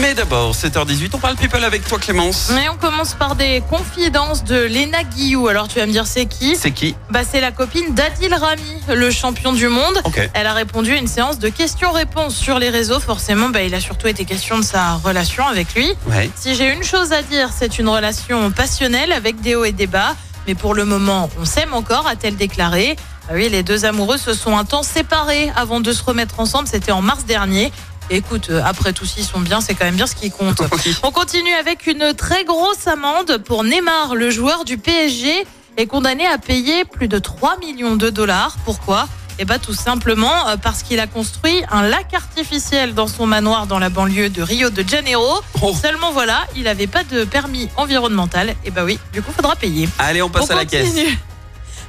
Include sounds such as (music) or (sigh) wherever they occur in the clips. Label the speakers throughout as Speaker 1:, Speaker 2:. Speaker 1: Mais d'abord, 7h18, on parle people avec toi Clémence.
Speaker 2: Mais on commence par des confidences de Léna Guillou. Alors tu vas me dire c'est qui
Speaker 1: C'est qui
Speaker 2: Bah c'est la copine d'Adil Rami, le champion du monde.
Speaker 1: Ok.
Speaker 2: Elle a répondu à une séance de questions-réponses sur les réseaux. Forcément, bah, il a surtout été question de sa relation avec lui.
Speaker 1: Ouais.
Speaker 2: Si j'ai une chose à dire, c'est une relation passionnelle avec des hauts et des bas. Mais pour le moment, on s'aime encore, a-t-elle déclaré. Bah oui, les deux amoureux se sont un temps séparés avant de se remettre ensemble. C'était en mars dernier. Et écoute, euh, après tout, s'ils sont bien, c'est quand même bien ce qui compte.
Speaker 1: Oui.
Speaker 2: On continue avec une très grosse amende pour Neymar, le joueur du PSG, est condamné à payer plus de 3 millions de dollars. Pourquoi Eh bien tout simplement euh, parce qu'il a construit un lac artificiel dans son manoir dans la banlieue de Rio de Janeiro.
Speaker 1: Oh.
Speaker 2: Seulement voilà, il n'avait pas de permis environnemental. Et bah oui, du coup, faudra payer.
Speaker 1: Allez, on passe à la caisse.
Speaker 2: continue.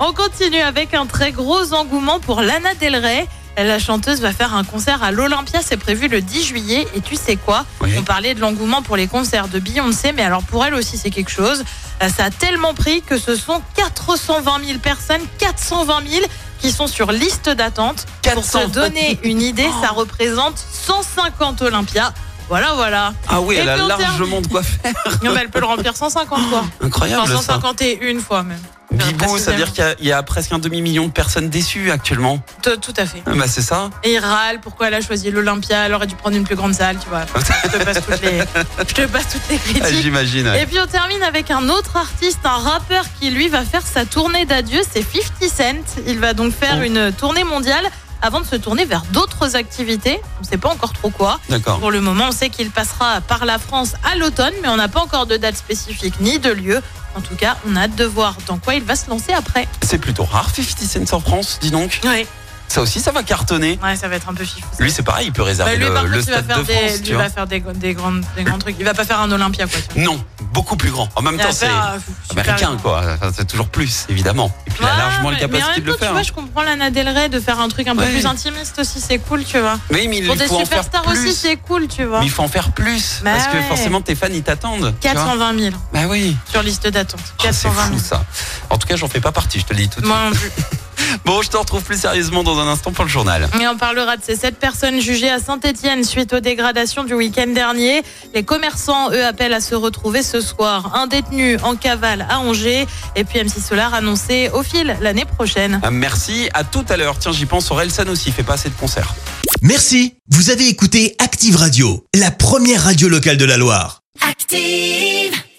Speaker 2: On continue avec un très gros engouement pour Lana Del Rey. La chanteuse va faire un concert à l'Olympia, c'est prévu le 10 juillet. Et tu sais quoi
Speaker 1: Ouais.
Speaker 2: On parlait de l'engouement pour les concerts de Beyoncé, mais alors pour elle aussi c'est quelque chose. Euh, Ça a tellement pris que ce sont 420 000 personnes, 420 000 qui sont sur liste d'attente. Pour se
Speaker 1: 400.
Speaker 2: donner une idée,
Speaker 1: Oh.
Speaker 2: ça représente 150 Olympia. Voilà, voilà.
Speaker 1: Ah oui,
Speaker 2: Et
Speaker 1: elle a
Speaker 2: puis on termine.
Speaker 1: largement de quoi faire.
Speaker 2: Non, mais elle peut le remplir 150 fois. Enfin,
Speaker 1: Incroyable ça.
Speaker 2: 151 fois même.
Speaker 1: Bibou,
Speaker 2: Précisément.
Speaker 1: ça veut dire qu'il y a- il y, a presque un demi-million de personnes déçues actuellement.
Speaker 2: Tout tout à fait.
Speaker 1: Ah Bah c'est ça.
Speaker 2: Et il râle, pourquoi elle a choisi l'Olympia, elle aurait dû prendre une plus grande salle, tu vois. Je te passe toutes
Speaker 1: (laughs)
Speaker 2: les, je te passe toutes les
Speaker 1: Ah,
Speaker 2: critiques.
Speaker 1: J'imagine. ouais.
Speaker 2: Et puis on termine avec un autre artiste, un rappeur qui lui va faire sa tournée d'adieu, c'est 50 Cent. Il va donc faire
Speaker 1: Oh.
Speaker 2: une tournée mondiale avant de se tourner vers d'autres activités. On ne sait pas encore trop quoi.
Speaker 1: D'accord.
Speaker 2: Pour le moment, on sait qu'il passera par la France à l'automne, mais on n'a pas encore de date spécifique ni de lieu. En tout cas, on a hâte de voir dans quoi il va se lancer après.
Speaker 1: C'est plutôt rare 50 cents en France, dis donc.
Speaker 2: Ouais,
Speaker 1: Ça aussi, ça va cartonner.
Speaker 2: ouais ça va être un peu fifou. ça.
Speaker 1: Lui, c'est pareil, il peut
Speaker 2: Bah,
Speaker 1: réserver
Speaker 2: lui, par
Speaker 1: le, le
Speaker 2: contre, il va
Speaker 1: stade de
Speaker 2: faire,
Speaker 1: France,
Speaker 2: des,
Speaker 1: tu
Speaker 2: lui
Speaker 1: vois.
Speaker 2: va faire des, grandes- des, grandes, des grands trucs. Il va pas faire un Olympia, quoi. tu vois.
Speaker 1: Non, beaucoup plus grand. En même
Speaker 2: Il va
Speaker 1: temps, c'est
Speaker 2: faire, euh, super
Speaker 1: américain,
Speaker 2: grand.
Speaker 1: quoi. Enfin, C'est toujours plus, évidemment. Et puis, il a
Speaker 2: Ouais,
Speaker 1: largement la
Speaker 2: mais- mais en
Speaker 1: capacité
Speaker 2: même
Speaker 1: de le
Speaker 2: temps, Tu
Speaker 1: faire. hein.
Speaker 2: vois, je comprends Lana Del Rey de faire un truc un peu
Speaker 1: Ouais.
Speaker 2: plus intimiste aussi, c'est cool, tu vois.
Speaker 1: Mais mais il
Speaker 2: Pour des
Speaker 1: faut en faire
Speaker 2: superstars
Speaker 1: plus.
Speaker 2: aussi, c'est cool, tu vois.
Speaker 1: Mais il faut en faire plus.
Speaker 2: Bah
Speaker 1: parce que
Speaker 2: ouais.
Speaker 1: forcément, tes fans, ils t'attendent. tu vois.
Speaker 2: 420 000
Speaker 1: Bah oui.
Speaker 2: sur liste d'attente.
Speaker 1: Oh, c'est
Speaker 2: 420
Speaker 1: fou
Speaker 2: 000.
Speaker 1: ça. En tout cas, j'en fais pas partie, je te le dis tout de suite.
Speaker 2: Moi non plus.
Speaker 1: Bon, je te retrouve plus sérieusement dans un instant pour le journal.
Speaker 2: Et on parlera de ces sept personnes jugées à Saint-Etienne suite aux dégradations du week-end dernier. Les commerçants, eux, appellent à se retrouver ce soir. Un détenu en cavale à Angers. Et puis M6 Solar annoncé au fil l'année prochaine.
Speaker 1: Ah, Merci, à tout à l'heure. Tiens, j'y pense, Orelsan aussi, il fait pas assez de concerts.
Speaker 3: Merci, vous avez écouté Active Radio, la première radio locale de la Loire.
Speaker 4: active.